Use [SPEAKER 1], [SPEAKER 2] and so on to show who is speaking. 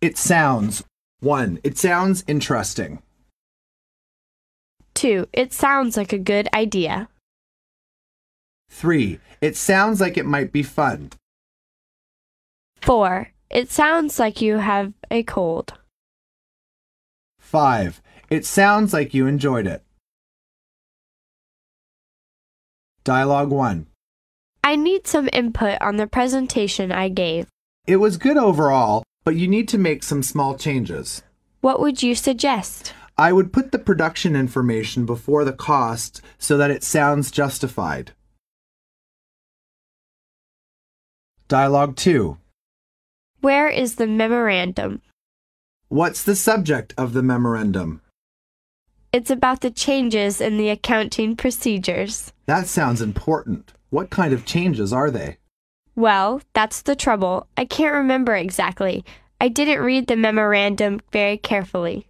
[SPEAKER 1] It sounds. 1. It sounds interesting.
[SPEAKER 2] 2. It sounds like a good idea.
[SPEAKER 1] 3. It sounds like it might be fun.
[SPEAKER 2] 4. It sounds like you have a cold.
[SPEAKER 1] 5. It sounds like you enjoyed it. Dialogue 1.
[SPEAKER 2] I need some input on the presentation I gave.
[SPEAKER 1] It was good overall, but you need to make some small changes.
[SPEAKER 2] What would you suggest?
[SPEAKER 1] I would put the production information before the cost so that it sounds justified. Dialogue 2.
[SPEAKER 2] Where is the memorandum?
[SPEAKER 1] What's the subject of the memorandum?
[SPEAKER 2] It's about the changes in the accounting procedures.
[SPEAKER 1] That sounds important. What kind of changes are they?
[SPEAKER 2] Well, that's the trouble. I can't remember exactly. I didn't read the memorandum very carefully.